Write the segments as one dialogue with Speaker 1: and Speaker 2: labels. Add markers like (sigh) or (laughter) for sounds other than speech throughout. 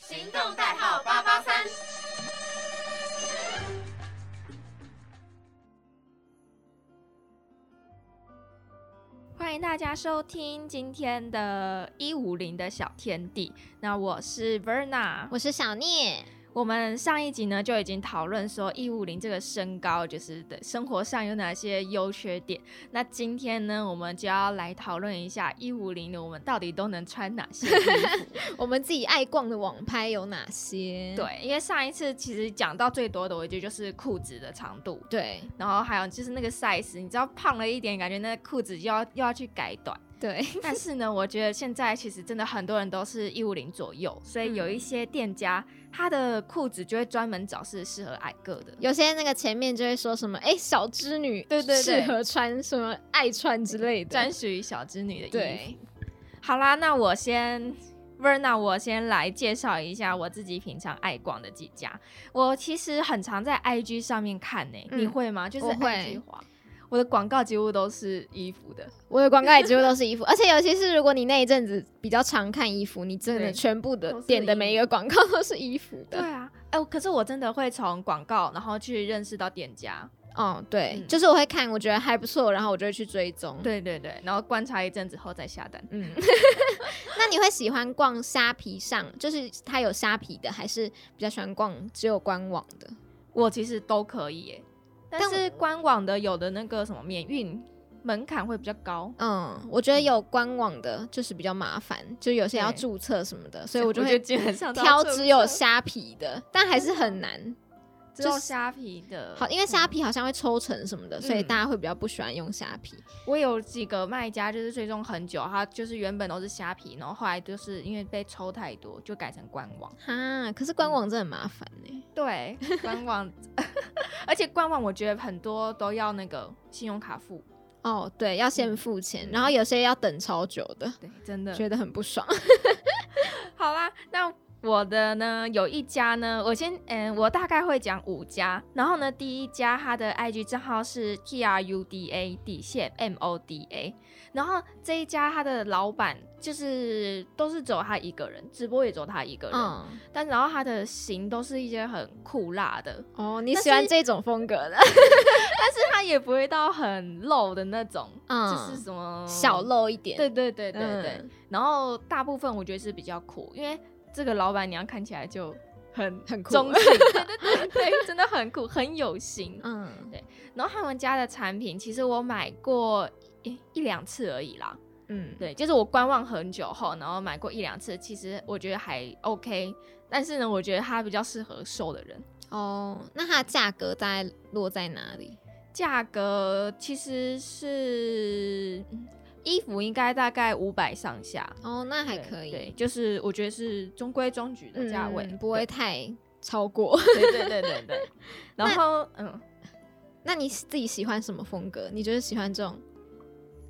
Speaker 1: 行动代号八八三。
Speaker 2: 欢迎大家收听今天的一五零的小天地。那我是 Verna，
Speaker 3: 我是小聂。
Speaker 2: 我们上一集呢就已经讨论说一五零这个身高就是的生活上有哪些优缺点。那今天呢，我们就要来讨论一下一五零的我们到底都能穿哪些衣服。
Speaker 3: 我们自己爱逛的网拍有哪些？
Speaker 2: 对，因为上一次其实讲到最多的，我觉得就是裤子的长度，
Speaker 3: 对
Speaker 2: 然后还有就是那个 size，你知道胖了一点，感觉那裤子就要又要去改短。
Speaker 3: 对，
Speaker 2: (laughs) 但是呢，我觉得现在其实真的很多人都是一五零左右，所以有一些店家、他的裤子就会专门找是适合矮个的。
Speaker 3: (laughs) 有些那个前面就会说什么，哎、小织女
Speaker 2: 对对对
Speaker 3: 适合穿什么爱穿之类的，
Speaker 2: 专属于小织女的衣服。
Speaker 3: 对，
Speaker 2: 好啦，那我先。Verna，我先来介绍一下我自己平常爱逛的几家。我其实很常在 IG 上面看呢、
Speaker 3: 嗯
Speaker 2: 你会吗？就是
Speaker 3: 我会
Speaker 2: IG 滑，我的广告几乎都是衣服的。
Speaker 3: 我的广告也几乎都是衣服，而且尤其是如果你那一阵子比较常看衣服，你真的
Speaker 2: 对
Speaker 3: 全部
Speaker 2: 都
Speaker 3: 的
Speaker 2: 是
Speaker 3: 点的
Speaker 2: 衣服
Speaker 3: 每一个广告都是衣服
Speaker 2: 对
Speaker 3: 的。
Speaker 2: 啊，哎、可是我真的会从广告然后去认识到店家。
Speaker 3: 哦，对
Speaker 2: 嗯，
Speaker 3: 就是我会看，我觉得还不错，然后我就会去追踪。，
Speaker 2: 对对对，然后观察一阵子后再下单。 (laughs)
Speaker 3: 嗯，那你会喜欢逛虾皮上，就是它有虾皮的，还是比较喜欢逛只有官网的？
Speaker 2: 我其实都可以耶，但
Speaker 3: 但
Speaker 2: 是官网的有的那个什么免运门槛会比较高，
Speaker 3: 嗯，我觉得有官网的就是比较麻烦，就有些要
Speaker 2: 对
Speaker 3: 注册什么的，所以我就
Speaker 2: 觉得
Speaker 3: 会
Speaker 2: 基本上都要
Speaker 3: 挑
Speaker 2: 注
Speaker 3: 只有
Speaker 2: 册
Speaker 3: 虾皮的，但还是很难。
Speaker 2: 只有
Speaker 3: 就是
Speaker 2: 虾皮的。
Speaker 3: 好，因为虾
Speaker 2: 嗯、
Speaker 3: 皮好像会抽成什么的，所以
Speaker 2: 嗯
Speaker 3: 大家会比较不喜欢用虾皮。
Speaker 2: 我有几个卖家就是追踪很久，他就是原本都是虾皮，然后后来就是因为被抽太多，就改成官网。
Speaker 3: 哈，可是
Speaker 2: 嗯
Speaker 3: 官网真的很麻烦呢、
Speaker 2: 对， (laughs) 官网，而且官网我觉得很多都要那个信用卡付，
Speaker 3: 哦，对，要
Speaker 2: 嗯
Speaker 3: 先付钱，然后有些要等超久的，
Speaker 2: 对，真的。
Speaker 3: 觉得很不爽。
Speaker 2: 好啦，那我的呢有一家呢，我先嗯，我大概会讲五家，然后呢，第一家它的 IG 账号是 T R U D A 底线 M O D A，然后这一家它的老板就是都是只有他一个人，直播也只有他一个人，
Speaker 3: 嗯，
Speaker 2: 但然后他的型都是一些很酷辣的，
Speaker 3: 哦，你
Speaker 2: 但
Speaker 3: 喜欢
Speaker 2: 是
Speaker 3: 这种风格的，
Speaker 2: 但是他也不会到很露的那种，
Speaker 3: 嗯
Speaker 2: 就是什么
Speaker 3: 小。露一点。
Speaker 2: 对对对对对，
Speaker 3: 嗯
Speaker 2: 然后大部分我觉得是比较酷，因为这个老板娘看起来就很
Speaker 3: 很酷 (laughs)
Speaker 2: 中性，对对对对，真的很酷，很有型。
Speaker 3: 嗯
Speaker 2: 然后他们家的产品，其实我买过一一两次而已啦，
Speaker 3: 嗯，
Speaker 2: 对，就是我观望很久后，然后买过一两次，其实我觉得还 OK，但是呢，我觉得它比较适合瘦的人。
Speaker 3: 哦，那它的价格大概落在哪里？
Speaker 2: 价格其实是、嗯衣服应该大概五百上下，
Speaker 3: 哦，那还
Speaker 2: 对
Speaker 3: 可以，
Speaker 2: 对，就是我觉得是中规中矩的价位，
Speaker 3: 嗯不会
Speaker 2: 对
Speaker 3: 太超过。 (laughs)
Speaker 2: 对对对 (laughs) 对对。然后嗯，
Speaker 3: 那你自己喜欢什么风格？你就是喜欢这种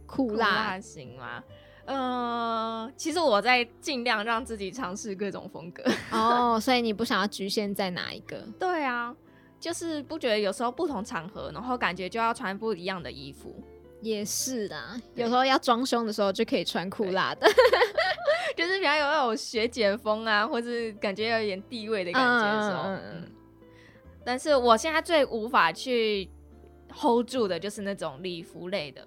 Speaker 3: 酷
Speaker 2: 酷
Speaker 3: 辣？
Speaker 2: 辣型吗？呃，其实我在尽量让自己尝试各种风格。 (laughs)
Speaker 3: 哦， (laughs) 所以你不想要局限在哪一个？
Speaker 2: 对啊，就是不觉得有时候不同场合，然后感觉就要穿不一样的衣服。 (laughs)
Speaker 3: 也是啦，
Speaker 2: 对
Speaker 3: 有时候要装凶的时候就可以穿酷辣的。 (laughs)
Speaker 2: 就是比较有那种学姐风啊，或是感觉有一点地位的感觉的时候，
Speaker 3: 嗯嗯
Speaker 2: 嗯
Speaker 3: 嗯嗯
Speaker 2: 但是我现在最无法去 hold 住的就是那种礼服类的，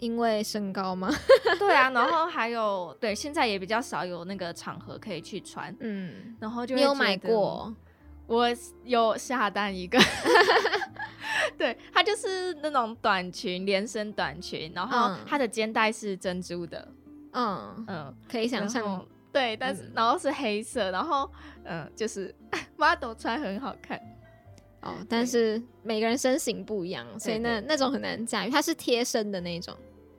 Speaker 3: 因为身高吗？ (laughs)
Speaker 2: 对啊，然后还有对，现在也比较少有那个场合可以去穿，
Speaker 3: 嗯，
Speaker 2: 然后就
Speaker 3: 你
Speaker 2: 会
Speaker 3: 有
Speaker 2: 觉
Speaker 3: 买
Speaker 2: 得
Speaker 3: 过？嗯
Speaker 2: 我有下单一
Speaker 3: (laughs)
Speaker 2: 个，对，它就是那种短裙，连身短裙，然后
Speaker 3: 嗯
Speaker 2: 它的肩带是珍珠的，
Speaker 3: 嗯，
Speaker 2: 嗯，
Speaker 3: 可以
Speaker 2: 然
Speaker 3: 想象
Speaker 2: 后。对，但是、
Speaker 3: 嗯
Speaker 2: 然后是黑色，然后嗯，就是 (laughs) model 穿很好看，
Speaker 3: 哦，但是每个人身形不一样，所以那那种很难驾驭。它是贴身的那种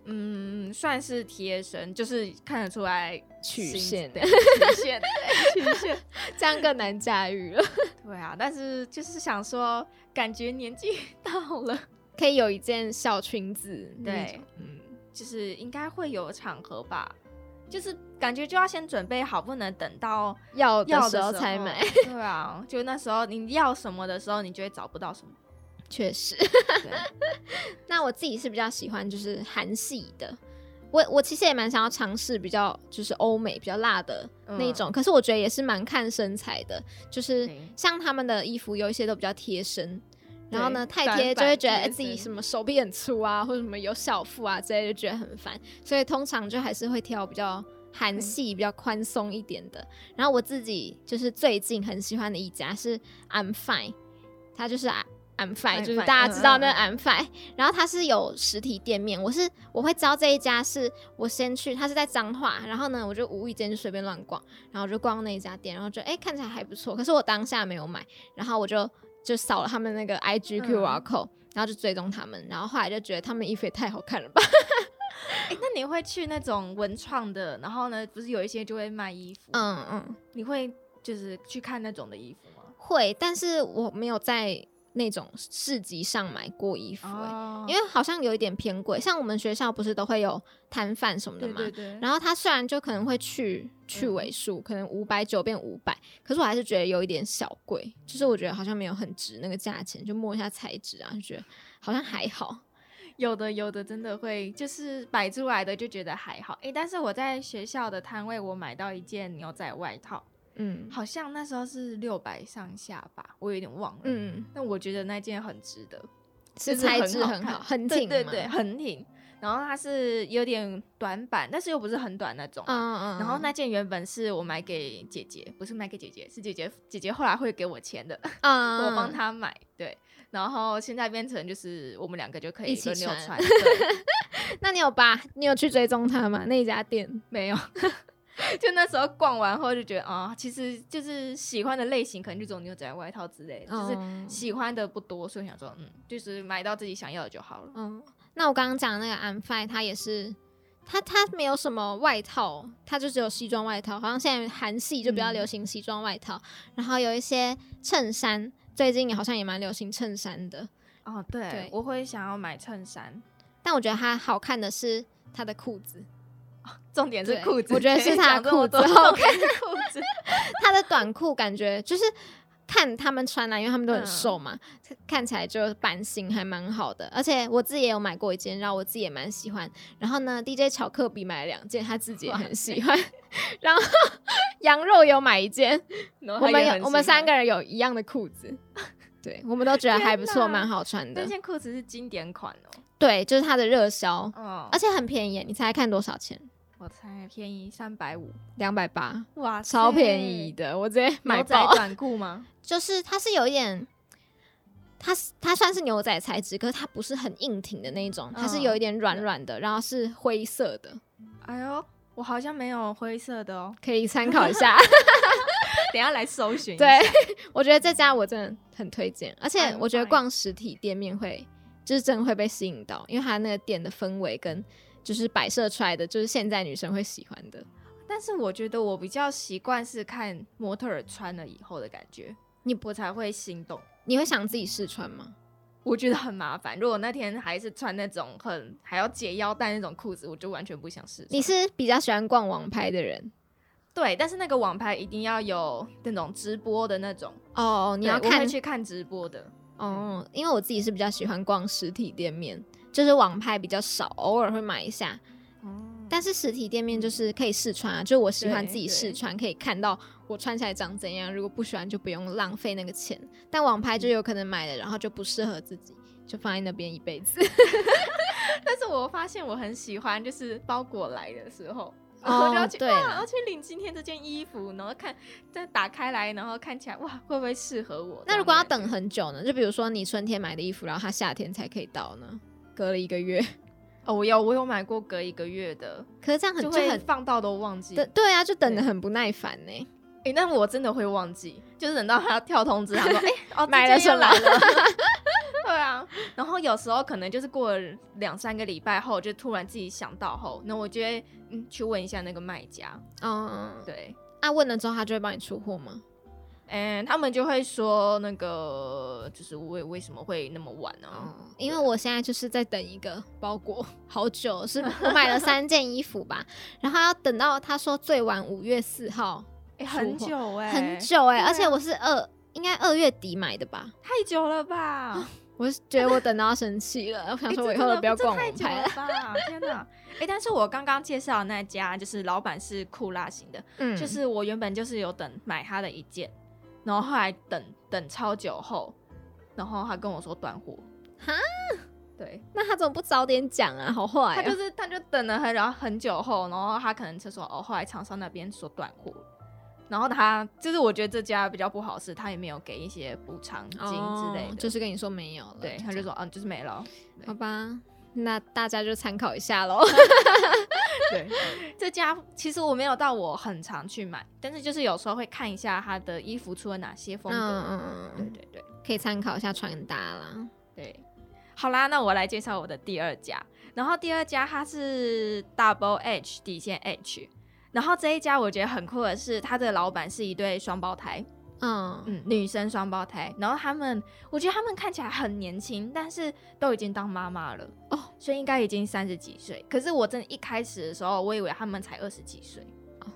Speaker 2: 嗯，算是贴身，就是看得出来
Speaker 3: 曲
Speaker 2: 型
Speaker 3: 线，
Speaker 2: 对曲线，对曲线，
Speaker 3: 这样更难驾驭了。 (laughs)
Speaker 2: 对啊，但是就是想说，感觉年纪 (laughs) 到了，
Speaker 3: 可以有一件小裙子那种，
Speaker 2: 对，嗯，就是应该会有场合吧，就是感觉就要先准备好，不能等到
Speaker 3: 要
Speaker 2: 要
Speaker 3: 的时
Speaker 2: 候
Speaker 3: 候才买。。
Speaker 2: 对啊，就那时候你要什么的时候，你就会找不到什么。
Speaker 3: 确实，
Speaker 2: 对，
Speaker 3: (laughs) 那我自己是比较喜欢就是韩系的，我我其实也蛮想要尝试比较就是欧美比较辣的
Speaker 2: 嗯
Speaker 3: 那一种，可是我觉得也是蛮看身材的，就是
Speaker 2: 对
Speaker 3: 像他们的衣服有一些都比较贴身。然后呢，
Speaker 2: 对
Speaker 3: 太贴就会觉得
Speaker 2: 短版
Speaker 3: 哎
Speaker 2: 贴
Speaker 3: 自己
Speaker 2: 身
Speaker 3: 什么手臂很粗啊，或者什么有小腹啊之类，就觉得很烦。所以通常就还是会挑比较韩
Speaker 2: 对
Speaker 3: 系、比较宽松一点的。然后我自己就是最近很喜欢的一家是 I'm Fine，它就是 I- I'm Fine，
Speaker 2: I'm
Speaker 3: 就是
Speaker 2: Fine，
Speaker 3: 大家知道那
Speaker 2: 嗯嗯嗯
Speaker 3: I'm Fine，然后它是有实体店面，我是我会知道这一家是我先去，它是在彰化，然后呢我就无意间就随便乱逛，然后我就逛那一家店，然后就哎、看起来还不错，可是我当下没有买，然后我就就扫了他们那个 I G Q R
Speaker 2: 嗯
Speaker 3: code，、然后就追踪他们，然后后来就觉得他们衣服也太好看了吧，
Speaker 2: 哎、那你会去那种文创的，然后呢，不是有一些就会卖衣服，，
Speaker 3: 嗯嗯，
Speaker 2: 你会就是去看那种的衣服吗？
Speaker 3: 会，但是我没有在那种市集上买过衣服、欸
Speaker 2: 哦
Speaker 3: 因为好像有一点偏贵，像我们学校不是都会有摊贩什么的
Speaker 2: 对
Speaker 3: 嘛，
Speaker 2: 对对，
Speaker 3: 然后它虽然就可能
Speaker 2: 嗯
Speaker 3: 会去去尾数，可能五百九变五百，可是我还是觉得有一点小贵，就是我觉得好像没有很值那个价钱，就摸一下材质啊，就觉得好像还好。
Speaker 2: 有的有的真的会，就是摆出来的就觉得还好。诶，但是我在学校的摊位，我买到一件牛仔外套，
Speaker 3: 嗯
Speaker 2: 好像那时候是六百上下吧，我有点忘了。嗯，
Speaker 3: 嗯，
Speaker 2: 但我觉得那件很值得，
Speaker 3: 是
Speaker 2: 就是
Speaker 3: 材质
Speaker 2: 好
Speaker 3: 很好，
Speaker 2: 看
Speaker 3: 很
Speaker 2: 对
Speaker 3: 挺
Speaker 2: 对
Speaker 3: 嘛
Speaker 2: 对，很挺。然后它是有点短版，但是又不是很短那种。
Speaker 3: 嗯嗯，
Speaker 2: 然后那件原本是我买给姐姐，不是买给姐姐，是姐姐姐姐后来会给我钱的， (laughs)
Speaker 3: 嗯，
Speaker 2: 我帮她买。对，然后现在变成就是我们两个就可
Speaker 3: 一
Speaker 2: 以
Speaker 3: 起
Speaker 2: 轮流
Speaker 3: 穿
Speaker 2: 穿。对
Speaker 3: 嗯。那你有把你有去追踪他吗？那一家店？
Speaker 2: 没有，就那时候逛完后就觉得啊、其实就是喜欢的类型可能就这种牛仔外套之类的，就是
Speaker 3: 嗯
Speaker 2: 喜欢的不多，所以想说嗯，就是买到自己想要的就好了。
Speaker 3: 嗯，那我刚刚讲的那个 I'm fine，它也是，它它没有什么外套，它就只有西装外套。好像现在韩系就比较
Speaker 2: 嗯
Speaker 3: 流行西装外套，然后有一些衬衫，最近也好像也蛮流行衬衫的。
Speaker 2: 哦，对，
Speaker 3: 对
Speaker 2: 我会想要买衬衫，
Speaker 3: 但我觉得它好看的是它的裤子，
Speaker 2: 重点是
Speaker 3: 对
Speaker 2: 裤子，
Speaker 3: 我觉得是
Speaker 2: 前面
Speaker 3: 他
Speaker 2: 讲这么
Speaker 3: 裤子
Speaker 2: 多
Speaker 3: 好
Speaker 2: 重
Speaker 3: (laughs)
Speaker 2: 点是裤子，
Speaker 3: 它的短裤感觉就是看他们穿啊啦，因为他们都很瘦嘛，
Speaker 2: 嗯
Speaker 3: 看起来就版型还蛮好的。而且我自己也有买过一件，然后我自己也蛮喜欢。然后呢，DJ 巧克力买了两件，他自己也很喜 (laughs) 欢。然后羊肉有买
Speaker 2: (laughs)
Speaker 3: 一件，
Speaker 2: 然后
Speaker 3: 我
Speaker 2: 他
Speaker 3: 们
Speaker 2: 也
Speaker 3: 有
Speaker 2: 很
Speaker 3: 我们
Speaker 2: 喜欢
Speaker 3: 三个。人有一样的裤子。对，我们都觉得还不
Speaker 2: 天
Speaker 3: 错，
Speaker 2: 哪
Speaker 3: 蛮好穿
Speaker 2: 那
Speaker 3: 的。
Speaker 2: 件裤子是经典款哦，
Speaker 3: 对，就是它的热销，
Speaker 2: 哦，
Speaker 3: 而且很便宜。你猜看多少钱？
Speaker 2: 我猜便宜三百五，
Speaker 3: 两百八，
Speaker 2: 哇塞，
Speaker 3: 超便宜的，我直接
Speaker 2: 啊
Speaker 3: 买
Speaker 2: 牛仔
Speaker 3: 爆。
Speaker 2: 短裤吗？
Speaker 3: 就是它是有一点，它是它算是牛仔材质，可是它不是很硬挺的那一种，它是有一点软软的，然后是灰色的，
Speaker 2: (laughs) 哎呦，我好像没有灰色的哦，
Speaker 3: 可以参考一 (laughs) 下。
Speaker 2: 等一下来搜寻一下。
Speaker 3: 对， (laughs) 我觉得这家我真的很推荐，而且
Speaker 2: I'm
Speaker 3: 我觉得
Speaker 2: fine
Speaker 3: 逛实体店面会就是真的会被吸引到，因为它那个店的氛围跟就是摆设出来的，就是现在女生会喜欢的。
Speaker 2: 但是我觉得我比较习惯是看模特儿穿了以后的感觉，
Speaker 3: 你
Speaker 2: 我才会心动。
Speaker 3: 你会想自己试穿吗？
Speaker 2: 我觉得很麻烦，如果那天还是穿那种很还要解腰带那种裤子，我就完全不想试穿。
Speaker 3: 你是比较喜欢逛网拍的人
Speaker 2: 对，但是那个网拍一定要有那种直播的那种，
Speaker 3: 哦，你要
Speaker 2: 对我会
Speaker 3: 看
Speaker 2: 去看直播的。
Speaker 3: 哦，因为我自己是比较喜欢逛实体店面，就是网拍比较少，偶尔会买一下。但是实体店面就是可以试穿啊，就是我喜欢
Speaker 2: 对
Speaker 3: 自己试
Speaker 2: 对
Speaker 3: 穿，可以看到我穿起来长怎样。如果不喜欢就不用浪费那个钱。但网拍就有可能买了，然后就不适合自己，就放在那边一辈 (laughs) 子。
Speaker 2: 但是我发现我很喜欢，就是包裹来的时候。然
Speaker 3: 哦
Speaker 2: 后就要去、
Speaker 3: 对
Speaker 2: 哇，
Speaker 3: 啦
Speaker 2: 要去领今天这件衣服，然后看再打开来，然后看起来哇，会不会适合我？
Speaker 3: 那如果要
Speaker 2: 这样的感觉
Speaker 3: 等很久呢？就比如说你春天买的衣服，然后它夏天才可以到呢，隔了一个月。
Speaker 2: 哦，我有我有买过隔一个月的，
Speaker 3: 可是这样
Speaker 2: (laughs)
Speaker 3: 很
Speaker 2: 就
Speaker 3: 就
Speaker 2: 会
Speaker 3: 很
Speaker 2: 放到都忘记。
Speaker 3: 对
Speaker 2: 哎、
Speaker 3: 对啊，就等的
Speaker 2: 对
Speaker 3: 很不耐烦呢、
Speaker 2: 但我真的会忘记，就是等到他跳通知，他 (laughs) 说哎、哦，这
Speaker 3: 买了
Speaker 2: 件又
Speaker 3: 什么
Speaker 2: 来了。 (laughs) 对啊，然后有时候可能就是过了两三个礼拜后，就突然自己想到后，那我就会嗯去问一下那个卖家，
Speaker 3: 嗯，
Speaker 2: 对，
Speaker 3: 啊，问了之后他就会帮你出货吗？
Speaker 2: 嗯，他们就会说那个就是为为什么会那么晚呢、
Speaker 3: 哦，因为我现在就是在等一个包裹，好久，
Speaker 2: (laughs)
Speaker 3: 是我买了三件衣服吧，然后要等到他说最晚五月四号，
Speaker 2: 哎、很
Speaker 3: 出货
Speaker 2: 久哎、
Speaker 3: 很久哎、
Speaker 2: 对啊
Speaker 3: 而且我是二，应该二月底买的吧，
Speaker 2: 太久了吧？
Speaker 3: 我是觉得我等到生气了，我想
Speaker 2: 诶
Speaker 3: 说
Speaker 2: 哎这
Speaker 3: 我以
Speaker 2: 真
Speaker 3: 后
Speaker 2: 的
Speaker 3: 不要
Speaker 2: 这
Speaker 3: 逛
Speaker 2: 太
Speaker 3: 网
Speaker 2: 久
Speaker 3: 拍
Speaker 2: 了
Speaker 3: 了。
Speaker 2: 吧！ (laughs) 天哪，哎、但是我刚刚介绍的那家就是老板是酷辣型的，
Speaker 3: 嗯，
Speaker 2: 就是我原本就是有等买他的一件，然后后来等等超久后，然后他跟我说断货，
Speaker 3: 哈，
Speaker 2: 对，
Speaker 3: 那他怎么不早点讲啊？好坏、
Speaker 2: 他
Speaker 3: 啊，
Speaker 2: 就是他就等了很然后很久后，然后他可能就说哦，后来厂商那边说断货。然后他就是，我觉得这家比较不好是，他也没有给一些补偿金之类的，
Speaker 3: 哦就是跟你说没有了。
Speaker 2: 对，他
Speaker 3: 这
Speaker 2: 就说
Speaker 3: 样
Speaker 2: 嗯，就是没
Speaker 3: (laughs)
Speaker 2: 了。对
Speaker 3: 好吧，那大家就参考一
Speaker 2: (laughs)
Speaker 3: 下喽。
Speaker 2: 对，这家其实我没有到我很常去买，但是就是有时候会看一下他的衣服出了哪些风格。啊
Speaker 3: 嗯
Speaker 2: 对，对对
Speaker 3: 可以参考一下穿搭啦。
Speaker 2: 对，好啦，那我来介绍我的第二家，然后第二家它是 Double H 底线 H。然后这一家我觉得很酷的是，它的老板是一对双胞胎，
Speaker 3: 嗯，
Speaker 2: 嗯，女生双胞胎。然后他们，我觉得他们看起来很年轻，但是都已经当妈妈了
Speaker 3: 哦，
Speaker 2: 所以应该已经三十几岁。可是我真的一开始的时候，我以为他们才二十几岁，
Speaker 3: 哦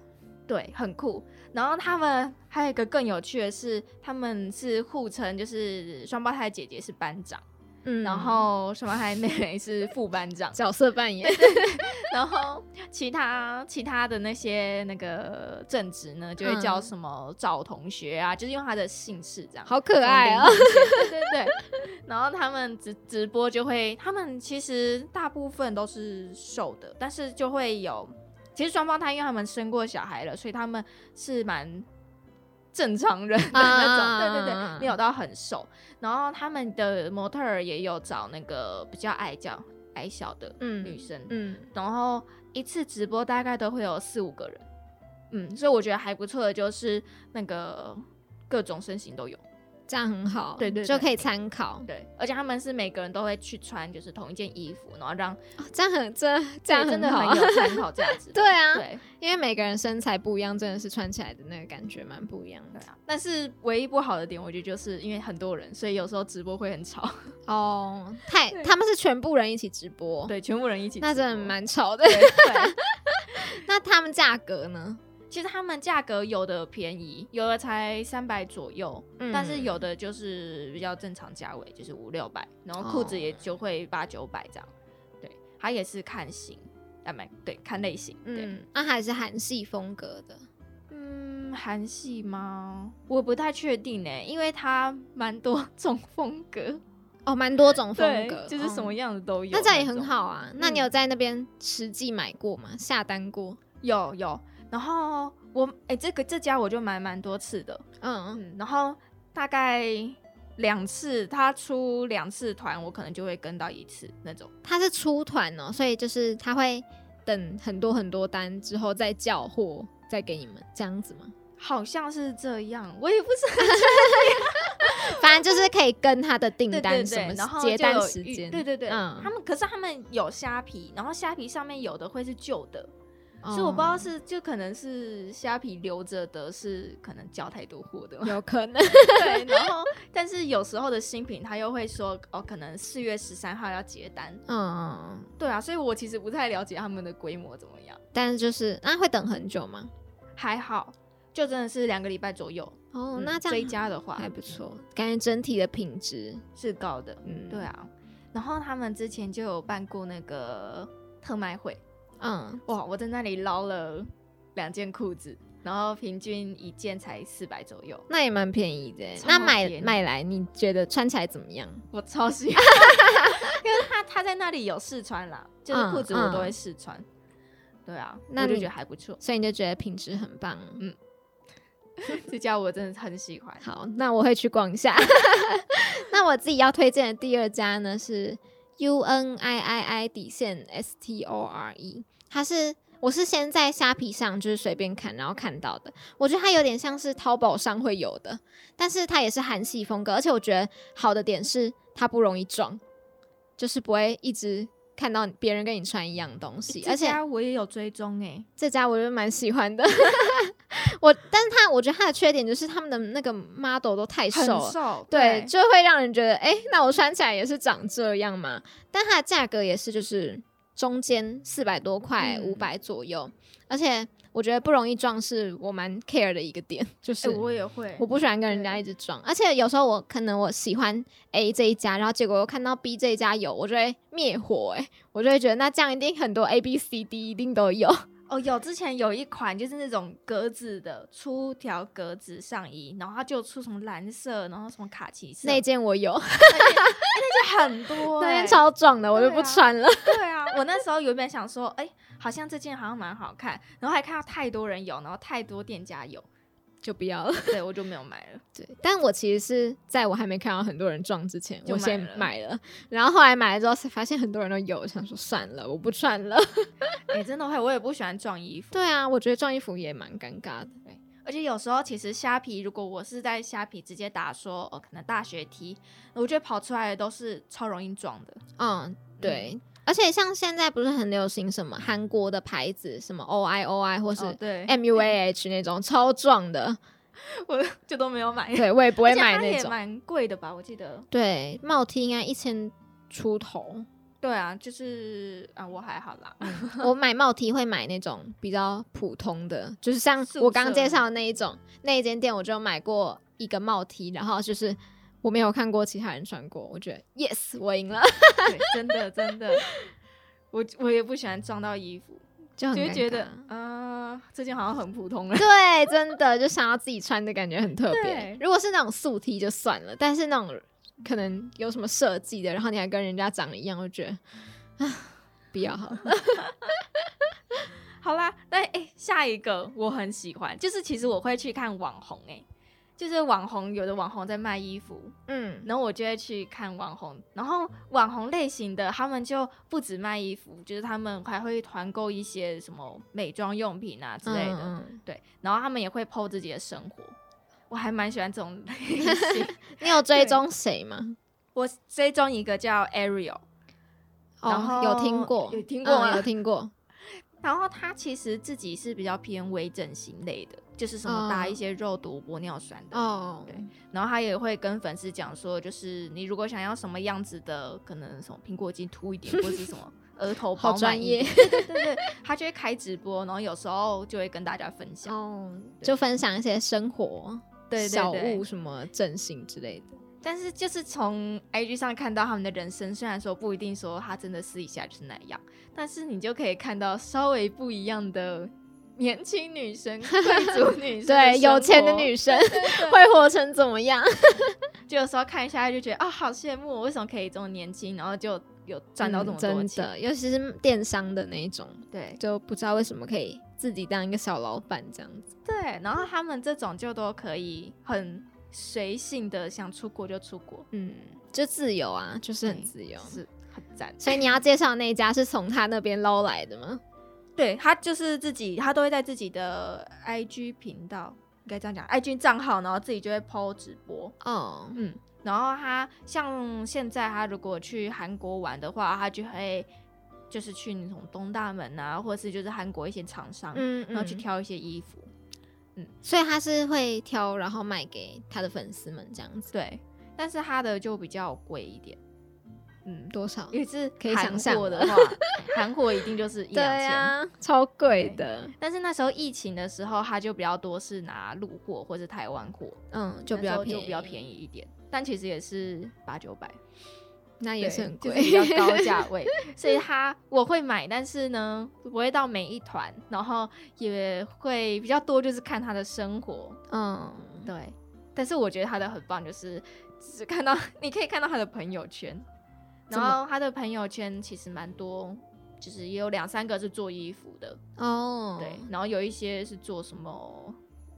Speaker 2: 对，很酷。然后他们还有一个更有趣的是，他们是互称就是双胞胎姐姐是班长，
Speaker 3: 嗯，
Speaker 2: 然后双胞胎妹妹是副班长 (laughs)
Speaker 3: 角色扮演，
Speaker 2: 然后其他其他的那些那个正职呢，就会叫
Speaker 3: 嗯
Speaker 2: 什么赵同学啊，就是用他的姓氏这样。
Speaker 3: 好可爱啊
Speaker 2: 丛！林同学对对 (laughs) 对，然后他们直直播就会，他们其实大部分都是瘦的，但是就会有，其实双胞胎因为他们生过小孩了，所以他们是蛮正常人的那种，
Speaker 3: 啊 (laughs)
Speaker 2: 对对对，没有到很瘦。然后他们的模特儿也有找那个比较矮脚矮小的
Speaker 3: 嗯
Speaker 2: 女生，
Speaker 3: 嗯，
Speaker 2: 然后一次直播大概都会有四五个人，嗯，所以我觉得还不错的就是那个各种身形都有。
Speaker 3: 这样很好，
Speaker 2: 对对对
Speaker 3: 就可以参考。
Speaker 2: 对，而且他们是每个人都会去穿就是同一件衣服，然后让
Speaker 3: 哦这样很这这样
Speaker 2: 对真的
Speaker 3: 好
Speaker 2: 很
Speaker 3: 啊。
Speaker 2: 有参考价值的。
Speaker 3: (laughs) 对啊，
Speaker 2: 对
Speaker 3: 因为每个人身材不一样，真的是穿起来的那个感觉蛮不一样的
Speaker 2: 对。啊，但是唯一不好的点，我觉得就是因为很多人，所以有时候直播会很吵，
Speaker 3: 哦，太
Speaker 2: 对
Speaker 3: 他们是全部人一起直播，
Speaker 2: 对，全部人一起直播，
Speaker 3: 哦那真的蛮吵的
Speaker 2: 对。。对
Speaker 3: (laughs)
Speaker 2: (laughs)
Speaker 3: 那他们价格呢？
Speaker 2: 其实他们价格有的便宜，有的才三百左右，
Speaker 3: 嗯
Speaker 2: 但是有的就是比较正常价位，就是五六百，然后裤子
Speaker 3: 哦
Speaker 2: 也就会八九百这样。对，它也是看型，啊，买对看类型，对。
Speaker 3: 嗯，那还是韩系风格的。
Speaker 2: 嗯，韩系吗？我不太确定呢，因为它蛮多 (laughs) 种风格，
Speaker 3: 哦，蛮多种风格，
Speaker 2: 就是什么
Speaker 3: 样、
Speaker 2: 样子都有。
Speaker 3: 那这样也很。好啊。那你
Speaker 2: 嗯
Speaker 3: 有在那边实际买过吗？下单过？
Speaker 2: 有有，然后我哎、这个这家我就买蛮多次的，
Speaker 3: 嗯，
Speaker 2: 嗯，然后大概两次，他出两次团，我可能就会跟到一次那种。
Speaker 3: 他是出团哦，所以就是他会等很多很多单之后再叫货，再给你们这样子
Speaker 2: (laughs)
Speaker 3: 吗？
Speaker 2: 好像是这样，我也不是很
Speaker 3: (laughs) 反正就是可以跟他的订
Speaker 2: 对对
Speaker 3: 单什
Speaker 2: 对，
Speaker 3: 么
Speaker 2: 然后
Speaker 3: 结
Speaker 2: 就
Speaker 3: 单
Speaker 2: 有
Speaker 3: 时
Speaker 2: 预
Speaker 3: 间，
Speaker 2: 对对对，
Speaker 3: 嗯
Speaker 2: 他们可是他们有虾皮，然后虾皮上面有的会是旧的，
Speaker 3: 哦
Speaker 2: 所以我不知道是就可能是虾皮留着的是可能交太多货的
Speaker 3: (laughs)，
Speaker 2: (laughs)
Speaker 3: 有可能，
Speaker 2: 对，然后 (laughs) 但是有时候的新品他又会说哦，可能四月十三号要结单，
Speaker 3: 嗯，
Speaker 2: 对啊，所以我其实不太了解他们的规模怎么样，
Speaker 3: 但是就是那会等很久吗？
Speaker 2: 还好，就真的是两个礼拜左右。
Speaker 3: 哦，
Speaker 2: 嗯
Speaker 3: 那这
Speaker 2: 一
Speaker 3: 样
Speaker 2: 家的话
Speaker 3: 还不错，感觉整体的品质，
Speaker 2: 是高的，
Speaker 3: 嗯，
Speaker 2: 对，啊。然后他们之前就有办过那个特卖会，
Speaker 3: 嗯，
Speaker 2: 哇，我在那里捞了两件裤子，然后平均一件才四百左右，
Speaker 3: 那也蛮便宜的欸。
Speaker 2: 超
Speaker 3: 那买
Speaker 2: 便宜
Speaker 3: 买来，你觉得穿起来怎么样？
Speaker 2: 我超喜
Speaker 3: (laughs)
Speaker 2: 欢，因为他他在那里有试穿啦，就是
Speaker 3: 嗯
Speaker 2: 裤子我都
Speaker 3: 嗯
Speaker 2: 会试穿，对啊，
Speaker 3: 那
Speaker 2: 我就
Speaker 3: 你，
Speaker 2: 觉得还不错 (laughs)
Speaker 3: 所以你就觉得品质很棒。
Speaker 2: 这家我真的很喜欢。
Speaker 3: 好，那我会去逛一下。 (laughs) 那我自己要推荐的第二家呢是 U N I I I 底线 S T O R E，它是我是先在虾皮上就是随便看，然后看到的。我觉得它有点像是淘宝上会有的，但是它也是韩系风格，而且我觉得好的点是它不容易撞，就是不会一直看到别人跟你穿一样东西，而
Speaker 2: 这
Speaker 3: 且
Speaker 2: 家我也有追踪哎、
Speaker 3: 这家我就蛮喜欢
Speaker 2: (laughs)
Speaker 3: 的。我，但是它我觉得它的缺点就是他们的那个 model 都太
Speaker 2: 很
Speaker 3: 瘦了，
Speaker 2: 瘦，
Speaker 3: 对，就会让人觉得，哎、那我穿起来也是长这样嘛。但它的价格也是就是中间四百多块、
Speaker 2: 嗯
Speaker 3: 五百左右，而且我觉得不容易撞是我蛮 care 的一个点， (laughs) 就是、
Speaker 2: 哎我也会
Speaker 3: 我，不喜欢跟人家一直撞，而且有时候我可能我喜欢 A 这一家，然后结果又看到 B 这一家有，我就会灭火、欸，我就会觉得那这样一定很多 A B C D 一定都有，
Speaker 2: 哦，有之前有一款就是那种格子的出条格子上衣，然后它就出什么蓝色，然后什么卡其色，
Speaker 3: 那一件我有，
Speaker 2: 就很
Speaker 3: (laughs)
Speaker 2: 多、
Speaker 3: 那
Speaker 2: 欸，
Speaker 3: 件超壮的，我就
Speaker 2: 对
Speaker 3: 不
Speaker 2: 啊
Speaker 3: 穿了。 (laughs)
Speaker 2: 对啊，我那时候原本想说，哎、好像这件好像蛮好看，然后还看到太多人有，然后太多店家有，
Speaker 3: 就不要了。
Speaker 2: 对我就没有买了。
Speaker 3: 对，但我其实是在我还没看到很多人撞之前，
Speaker 2: 就
Speaker 3: 我
Speaker 2: 买
Speaker 3: 先
Speaker 2: 了
Speaker 3: 买了，然后后来买了之后才发现很多人都有，我想说算了，我不穿了。 (laughs)
Speaker 2: 哎、真的会，我也不喜欢撞衣服，
Speaker 3: 对啊，我觉得撞衣服也蛮尴尬的。
Speaker 2: 而且有时候其实虾皮，如果我是在虾皮直接打说，哦，可能大学 T，我觉得跑出来的都是超容易撞的。
Speaker 3: 嗯，对。而且像现在不是很流行什么韩国的牌子，什么 O I O I 或是哎
Speaker 2: 哦对，
Speaker 3: M U A H 那种超壮的，
Speaker 2: 我就都没有买。
Speaker 3: 对我也不会
Speaker 2: 而且
Speaker 3: 买
Speaker 2: 它
Speaker 3: 那
Speaker 2: 也
Speaker 3: 种。
Speaker 2: 蛮贵的吧？我记得。
Speaker 3: 对，帽 T 应该一千出头，
Speaker 2: 对啊，就是啊，我还好啦。 (laughs)
Speaker 3: 我买帽 T 会买那种比较普通的，就是像
Speaker 2: 素色
Speaker 3: 我刚介绍的那一种，那一间店我就买过一个帽 T，然后就是我没有看过其他人穿过，我觉得 yes 我
Speaker 2: (laughs)
Speaker 3: 赢了，
Speaker 2: 对，真的真的，我我也不喜欢撞到衣服，
Speaker 3: 就很
Speaker 2: 就会
Speaker 3: 尴
Speaker 2: 觉得
Speaker 3: 尬
Speaker 2: 啊、呃，这件好像很普通了。
Speaker 3: 对，真的就想要自己穿的感觉很特别
Speaker 2: 对。
Speaker 3: 如果是那种素 T 就算了，但是那种可能有什么设计的，然后你还跟人家长得一样，我就觉得啊不要好了。
Speaker 2: (laughs) 好啦，那诶、下一个我很喜欢，就是其实我会去看网红诶、就是网红有的网红在卖衣服，
Speaker 3: 嗯，
Speaker 2: 然后我就会去看网红，然后网红类型的他们就不止卖衣服，就是他们还会团购一些什么美妆用品啊之类的，
Speaker 3: 嗯嗯
Speaker 2: 对，然后他们也会 PO 自己的生活，我还蛮喜欢这种类型。
Speaker 3: (laughs) 你有追踪谁吗？
Speaker 2: 我追踪一个叫 Ariel，然
Speaker 3: 哦
Speaker 2: 后，
Speaker 3: 有听过，
Speaker 2: 有听过吗
Speaker 3: 嗯有听过。
Speaker 2: 然后他其实自己是比较偏微整形类的，就是什么打
Speaker 3: 嗯
Speaker 2: 一些肉毒玻尿酸的。
Speaker 3: 哦，
Speaker 2: (laughs) 对然后他也会跟粉丝讲说，就是你如果想要什么样子的，可能什么苹果肌凸一点，或是什
Speaker 3: (laughs)
Speaker 2: 么额头
Speaker 3: 好
Speaker 2: 饱满
Speaker 3: 专
Speaker 2: 一
Speaker 3: 业
Speaker 2: 点，对对对对，他就会开直播，然后有时候就会跟大家分享。
Speaker 3: 哦，
Speaker 2: 对
Speaker 3: 就分享一些生活、
Speaker 2: 对对
Speaker 3: 小
Speaker 2: 对
Speaker 3: 物、什么整形之类的。
Speaker 2: 但是就是从 IG 上看到他们的人生，虽然说不一定说他真的私底下就是那样，但是你就可以看到稍微不一样的 (laughs) 年轻女生、贵族
Speaker 3: (laughs)
Speaker 2: 女生，
Speaker 3: 对，有钱的女生
Speaker 2: 生会
Speaker 3: (laughs) 会活成怎么样？
Speaker 2: 就有时候看一下就觉得啊、好羡慕，我为什么可以这么年轻，然后就有赚到这么多
Speaker 3: 嗯
Speaker 2: 钱
Speaker 3: 真？的，尤其是电商的那一种。
Speaker 2: 对
Speaker 3: 就不知道为什么可以自己当一个小老板这样子。
Speaker 2: 对，然后他们这种就都可以很随性的想出国就出国，
Speaker 3: 嗯，就自由啊，就是很
Speaker 2: 对
Speaker 3: 自由。
Speaker 2: 是很赞。
Speaker 3: 所以你要介绍的那一家是从他那边捞来
Speaker 2: (laughs)
Speaker 3: 的吗？
Speaker 2: (coughs) 对他就是自己，他都会在自己的 IG 频道，应该这样讲，IG 账号，然后自己就会 PO 直播，
Speaker 3: 哦，
Speaker 2: 嗯，然后他像现在他如果去韩国玩的话，他就会就是去那种东大门啊，或是就是韩国一些厂商，
Speaker 3: 嗯
Speaker 2: 然后去。挑一些衣服，
Speaker 3: 所以他是会挑，然后卖给他的粉丝们这样子。
Speaker 2: 对，但是他的就比较贵一点，嗯，
Speaker 3: 多少？
Speaker 2: 也是
Speaker 3: 可以
Speaker 2: 韩
Speaker 3: 想象
Speaker 2: 货的
Speaker 3: 了
Speaker 2: (laughs) 话，韩货一定就是一
Speaker 3: 对
Speaker 2: 两千。
Speaker 3: 啊，超贵的。
Speaker 2: 但是那时候疫情的时候，他就比较多是拿陆货或是台湾货，
Speaker 3: 嗯，就比较便宜，
Speaker 2: 就比较便
Speaker 3: 宜，
Speaker 2: 宜一点，但其实也是八九百，
Speaker 3: 那也是很贵，
Speaker 2: 就是比 (laughs) 较高价位，所以它我会买，但是呢不会到每一团，然后也会比较多，就是看他的生活，
Speaker 3: 嗯，
Speaker 2: 对。但是我觉得他的很棒，就是只看到 (laughs) 你可以看到他的朋友圈，
Speaker 3: 怎
Speaker 2: 然
Speaker 3: 么
Speaker 2: 后他的朋友圈其实蛮多，就是也有两三个是做衣服的，
Speaker 3: 哦，
Speaker 2: 对，，然后有一些是做什么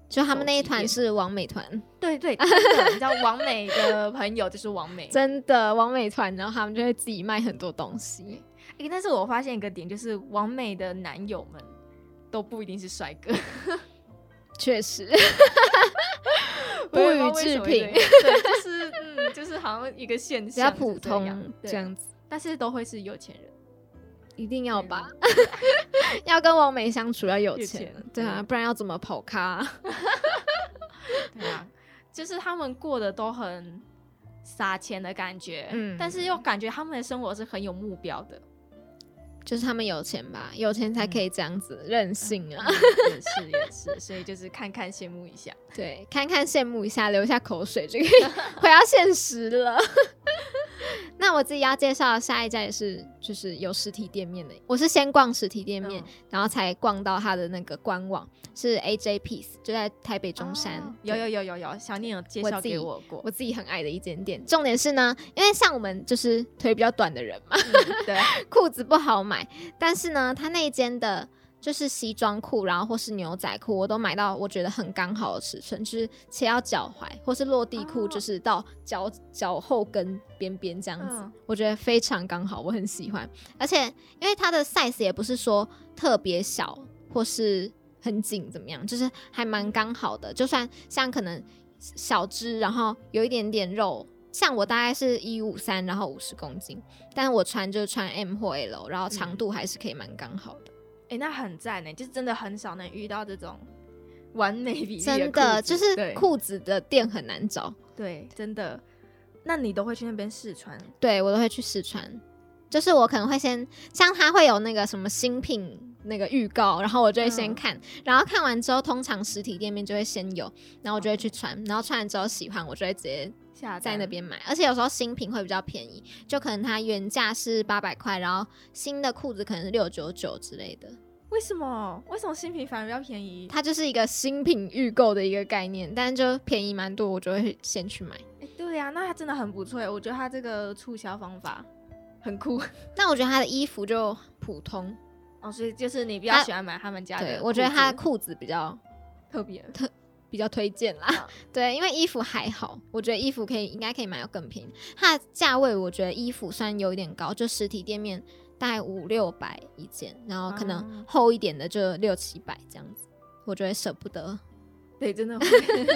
Speaker 3: 就他们那一团
Speaker 2: 手机
Speaker 3: 是王美团，
Speaker 2: 对对，真的，你知道王美的朋友就是王美。
Speaker 3: 真的王美团，然后他们就会自己卖很多东西，
Speaker 2: 诶但是我发现一个点，就是王美的男友们都不一定是帅
Speaker 3: (laughs)
Speaker 2: 哥，
Speaker 3: 确实， (laughs)
Speaker 2: 我也不
Speaker 3: 不予
Speaker 2: 知道
Speaker 3: 置
Speaker 2: 为什么
Speaker 3: 评
Speaker 2: 会这样对，就是嗯，就是好像一个现
Speaker 3: 比较
Speaker 2: 象，
Speaker 3: 普通
Speaker 2: 这
Speaker 3: 这
Speaker 2: 样对，
Speaker 3: 样子，
Speaker 2: 但是都会是有钱人。
Speaker 3: 一定要
Speaker 2: 对
Speaker 3: 吧？ (laughs) 要跟王美相处要有
Speaker 2: 有
Speaker 3: 钱
Speaker 2: 钱，
Speaker 3: 对啊，
Speaker 2: 嗯
Speaker 3: 不然要怎么跑咖 (laughs) 啊？
Speaker 2: 对啊，就是他们过得都很撒钱的感觉，
Speaker 3: 嗯
Speaker 2: 但是又感觉他们的生活是很有目标的，
Speaker 3: 就是他们有钱吧，有钱
Speaker 2: 嗯
Speaker 3: 才可以这样子任性
Speaker 2: (laughs)
Speaker 3: 啊。
Speaker 2: 也是也是，所以就是看看羡慕一下。
Speaker 3: 对，看看羡慕一下，流一下口水 (laughs) 就可以回到现实了。 (laughs) 那我自己要介绍的下一家也是，就是有实体店面的。我是先逛实体店面，
Speaker 2: 嗯
Speaker 3: 然后才逛到它的那个官网，是 AJ Piece，就在台北中山。
Speaker 2: 哦
Speaker 3: 对
Speaker 2: 有有有有有，小念有介
Speaker 3: 我
Speaker 2: 绍
Speaker 3: 自己
Speaker 2: 给我过，
Speaker 3: 我自己很爱的一间店。重点是呢，因为像我们就是腿比较短的人嘛，
Speaker 2: 嗯对，
Speaker 3: (laughs) 裤子不好买，但是呢，他那一间的就是西装裤，然后或是牛仔裤，我都买到我觉得很刚好的尺寸，就是切到脚踝，或是落地裤，
Speaker 2: 哦
Speaker 3: 就是到脚脚后跟边边这样子，
Speaker 2: 嗯
Speaker 3: 我觉得非常刚好，我很喜欢。而且因为它的 size 也不是说特别小或是很紧怎么样，就是还
Speaker 2: 嗯
Speaker 3: 蛮刚好的，就算像可能小只，然后有一点点肉。像我大概是一五三，然后五十公斤，但是我穿就是穿 M 或 L，然后
Speaker 2: 嗯
Speaker 3: 长度还是可以蛮刚好的。
Speaker 2: 哎，那很赞呢，就是真的很少能遇到这种完美比例的
Speaker 3: 真
Speaker 2: 裤
Speaker 3: 的，
Speaker 2: 子
Speaker 3: 就是
Speaker 2: 对
Speaker 3: 裤子的店很难找，
Speaker 2: 对，真的。那你都会去那边试穿？
Speaker 3: 对我都会去试穿。就是我可能会先，像它会有那个什么新品那个预告，然后我就会先
Speaker 2: 嗯
Speaker 3: 看，然后看完之后，通常实体店面就会先有，然后我就会去穿，然后穿完之后喜欢，我就会直接
Speaker 2: 下
Speaker 3: 在
Speaker 2: 单
Speaker 3: 那，边买，而且有时候新品会比较便宜，就可能它原价是八百块，然后新的裤子可能是六九九之类的，
Speaker 2: 为什么？为什么新品反而比较便宜？
Speaker 3: 它就是一个新品预购的一个概念，但就便宜蛮多，我就会先去买。
Speaker 2: 哎，对呀、那它真的很不错耶，我觉得它这个促销方法很酷。
Speaker 3: 那我觉得它的衣服就普通，
Speaker 2: 哦，所以就是你比较
Speaker 3: 它
Speaker 2: 喜欢买他们家的
Speaker 3: 对
Speaker 2: 裤子，
Speaker 3: 我觉得它的裤子比较
Speaker 2: 特别。
Speaker 3: 比较推荐啦。
Speaker 2: 嗯
Speaker 3: (laughs) 对，因为衣服还好，我觉得衣服可以应该可以买到更便宜。它的价位我觉得衣服算有一点高，就实体店面大概五六百一件，然后可能
Speaker 2: 哦
Speaker 3: 厚一点的就六七百这样子，我觉得舍不得。
Speaker 2: 对，真的
Speaker 3: (laughs)
Speaker 2: 会。 (laughs)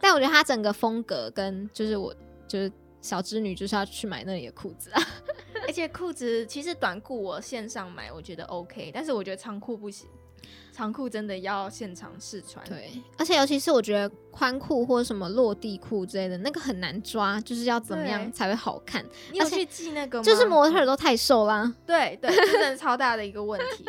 Speaker 3: 但我觉得它整个风格跟就是我就是小织女就是要去买那里的裤子啊。 (laughs)
Speaker 2: 而且裤子其实短裤我线上买我觉得 OK，但是我觉得长裤不行，长裤真的要现场试穿。，
Speaker 3: 对，而且尤其是我觉得宽裤或什么落地裤之类的，那个很难抓，就是要怎么样
Speaker 2: 对
Speaker 3: 才会好看？
Speaker 2: 你有
Speaker 3: 而且
Speaker 2: 去记那个吗？
Speaker 3: 就是模特儿都太瘦啦。
Speaker 2: 对对，这
Speaker 3: (laughs)
Speaker 2: 真的超大的一个问题，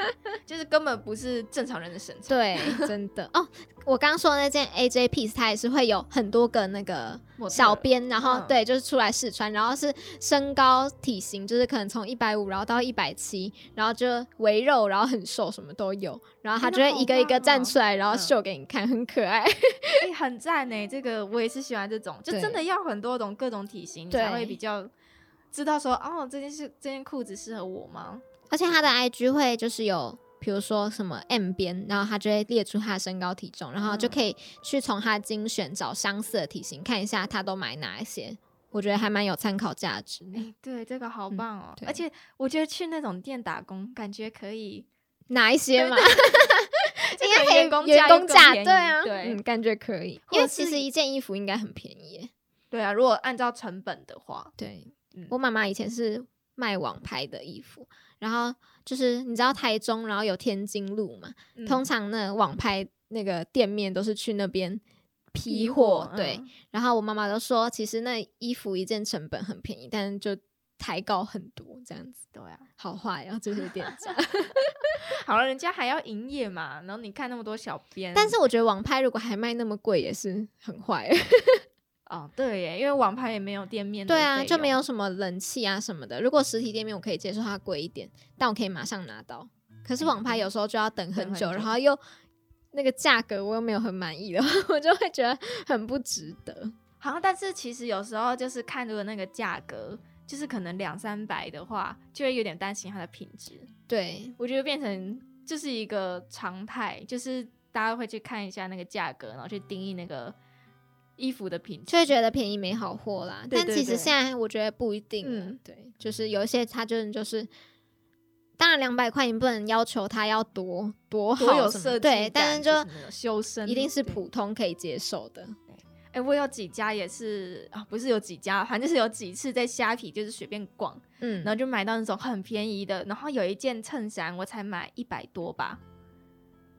Speaker 2: 就是根本不是正常人的身材。
Speaker 3: 对， (laughs) 真的哦。我刚刚说的那件 AJ piece，它也是会有很多个那个
Speaker 2: 模特儿
Speaker 3: 小编，然后
Speaker 2: 嗯
Speaker 3: 对，就是出来试穿，然后是身高体型，就是可能从一百五，然后到一百七，然后就围肉，然后很瘦，什么都有，然后他就
Speaker 2: 天哪
Speaker 3: 会一个一个
Speaker 2: 好棒
Speaker 3: 站
Speaker 2: 哦
Speaker 3: 出来，然后
Speaker 2: 嗯
Speaker 3: 秀给你看，很可爱。
Speaker 2: 哎、很赞呢、这个我也是喜欢这种，就
Speaker 3: 对
Speaker 2: 真的要很多种各种体型，你
Speaker 3: 对
Speaker 2: 才会比较知道说，哦，这件是这件裤子适合我吗？
Speaker 3: 而且他的 IG 会就是有，比如说什么 M 边，然后他就会列出他的身高体重，然后就
Speaker 2: 嗯
Speaker 3: 可以去从他的精选找相似的体型，看一下他都买哪一些，我觉得还蛮有参考价值的。
Speaker 2: 哎、对，这个好
Speaker 3: 嗯
Speaker 2: 棒哦、
Speaker 3: 对
Speaker 2: 而且我觉得去那种店打工，感觉可
Speaker 3: (laughs)
Speaker 2: 以，
Speaker 3: 哪一些嘛？ (laughs)
Speaker 2: 就
Speaker 3: 应该
Speaker 2: 可
Speaker 3: 可
Speaker 2: 以
Speaker 3: 以
Speaker 2: 员工价
Speaker 3: 员工
Speaker 2: 又更
Speaker 3: 价，
Speaker 2: 便宜
Speaker 3: 对啊，
Speaker 2: 对
Speaker 3: 嗯，感觉可以，
Speaker 2: 或
Speaker 3: 因
Speaker 2: 者
Speaker 3: 为其
Speaker 2: 是
Speaker 3: 实一件衣服应该很便宜耶。
Speaker 2: 对啊，如果按照成本的话，
Speaker 3: 对
Speaker 2: 嗯
Speaker 3: 我妈妈以前是卖网拍的衣服，然后就是你知道台中，然后有天津路嘛，
Speaker 2: 嗯
Speaker 3: 通常那网拍那个店面都是去那边批
Speaker 2: 批
Speaker 3: 货
Speaker 2: 货，
Speaker 3: 对。
Speaker 2: 嗯
Speaker 3: 然后我妈妈都说，其实那衣服一件成本很便宜，但就抬高很多这样子，
Speaker 2: 对啊，
Speaker 3: 好坏啊这些店
Speaker 2: (laughs)
Speaker 3: 家。
Speaker 2: 好了，人家还要营业嘛，然后你看那么多小编，
Speaker 3: 但是我觉得网拍如果还卖那么贵，也是很坏。
Speaker 2: 哦，对耶，因为网拍也没有店面的
Speaker 3: 对啊，
Speaker 2: 费
Speaker 3: 就没
Speaker 2: 用
Speaker 3: 有什么冷气啊什么的。如果实体店面我可以接受它贵一点，但我可以马上拿到。可是网拍有时候就要等很
Speaker 2: 嗯等很
Speaker 3: 久，
Speaker 2: 久
Speaker 3: 然后又那个价格我又没有很满意的话， (laughs) 我就会觉得很不值得。
Speaker 2: 好像，但是其实有时候就是看如果那个价格，就是可能两三百的话，就会有点担心它的品质。
Speaker 3: 对，
Speaker 2: 我觉得变成就是一个常态，就是大家会去看一下那个价格，然后去定义那个衣服的品质。
Speaker 3: 就会觉得便宜没好货啦。
Speaker 2: 对
Speaker 3: 但
Speaker 2: 对
Speaker 3: 其实
Speaker 2: 对
Speaker 3: 现在我觉得不一定啊、
Speaker 2: 嗯
Speaker 3: 对，就是有一些它真的就是。当然，两百块你不能要求它要多多好
Speaker 2: 多有
Speaker 3: 什么
Speaker 2: 设计
Speaker 3: 对，
Speaker 2: 感
Speaker 3: 但是
Speaker 2: 就是
Speaker 3: 就
Speaker 2: 那种修身
Speaker 3: 一定是
Speaker 2: 对
Speaker 3: 普通可以接受的。
Speaker 2: 哎、我有几家也是啊，不是有几家，反正就是有几次在虾皮就是随便逛，
Speaker 3: 嗯
Speaker 2: 然，后就买到那种很便宜的，然后有一件衬衫我才买一百多吧。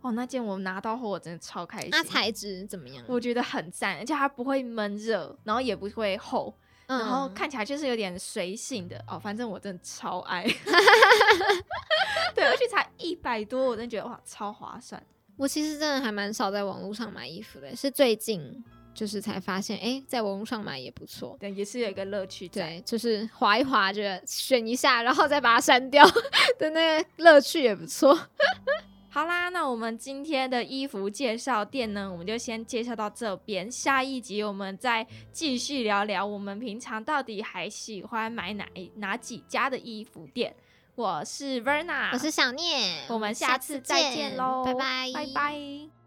Speaker 2: 哦，那件我拿到后我真的超开心。
Speaker 3: 那材质怎么样？
Speaker 2: 我觉得很赞，而且它不会闷热，然后也不会厚，
Speaker 3: 嗯
Speaker 2: 然后看起来就是有点随性的哦，反正我真的超
Speaker 3: (laughs)
Speaker 2: 爱，对，而且才一百多，我真的觉得哇，超划算。
Speaker 3: 我其实真的还蛮少在网络上买衣服的，是最近就是才发现，哎、在网络上买也不错。
Speaker 2: 对，也是有一个乐趣在。
Speaker 3: 对，就是划一划，觉得选一下，然后再把它删掉的那个乐趣也不错。
Speaker 2: 好啦，那我们今天的衣服介绍店呢，我们就先介绍到这边。下一集我们再继续聊聊我们平常到底还喜欢买哪一哪几家的衣服店。我是 Verna，
Speaker 3: 我是小念，
Speaker 2: 我们下次再见喽，
Speaker 3: 拜拜，
Speaker 2: 拜拜。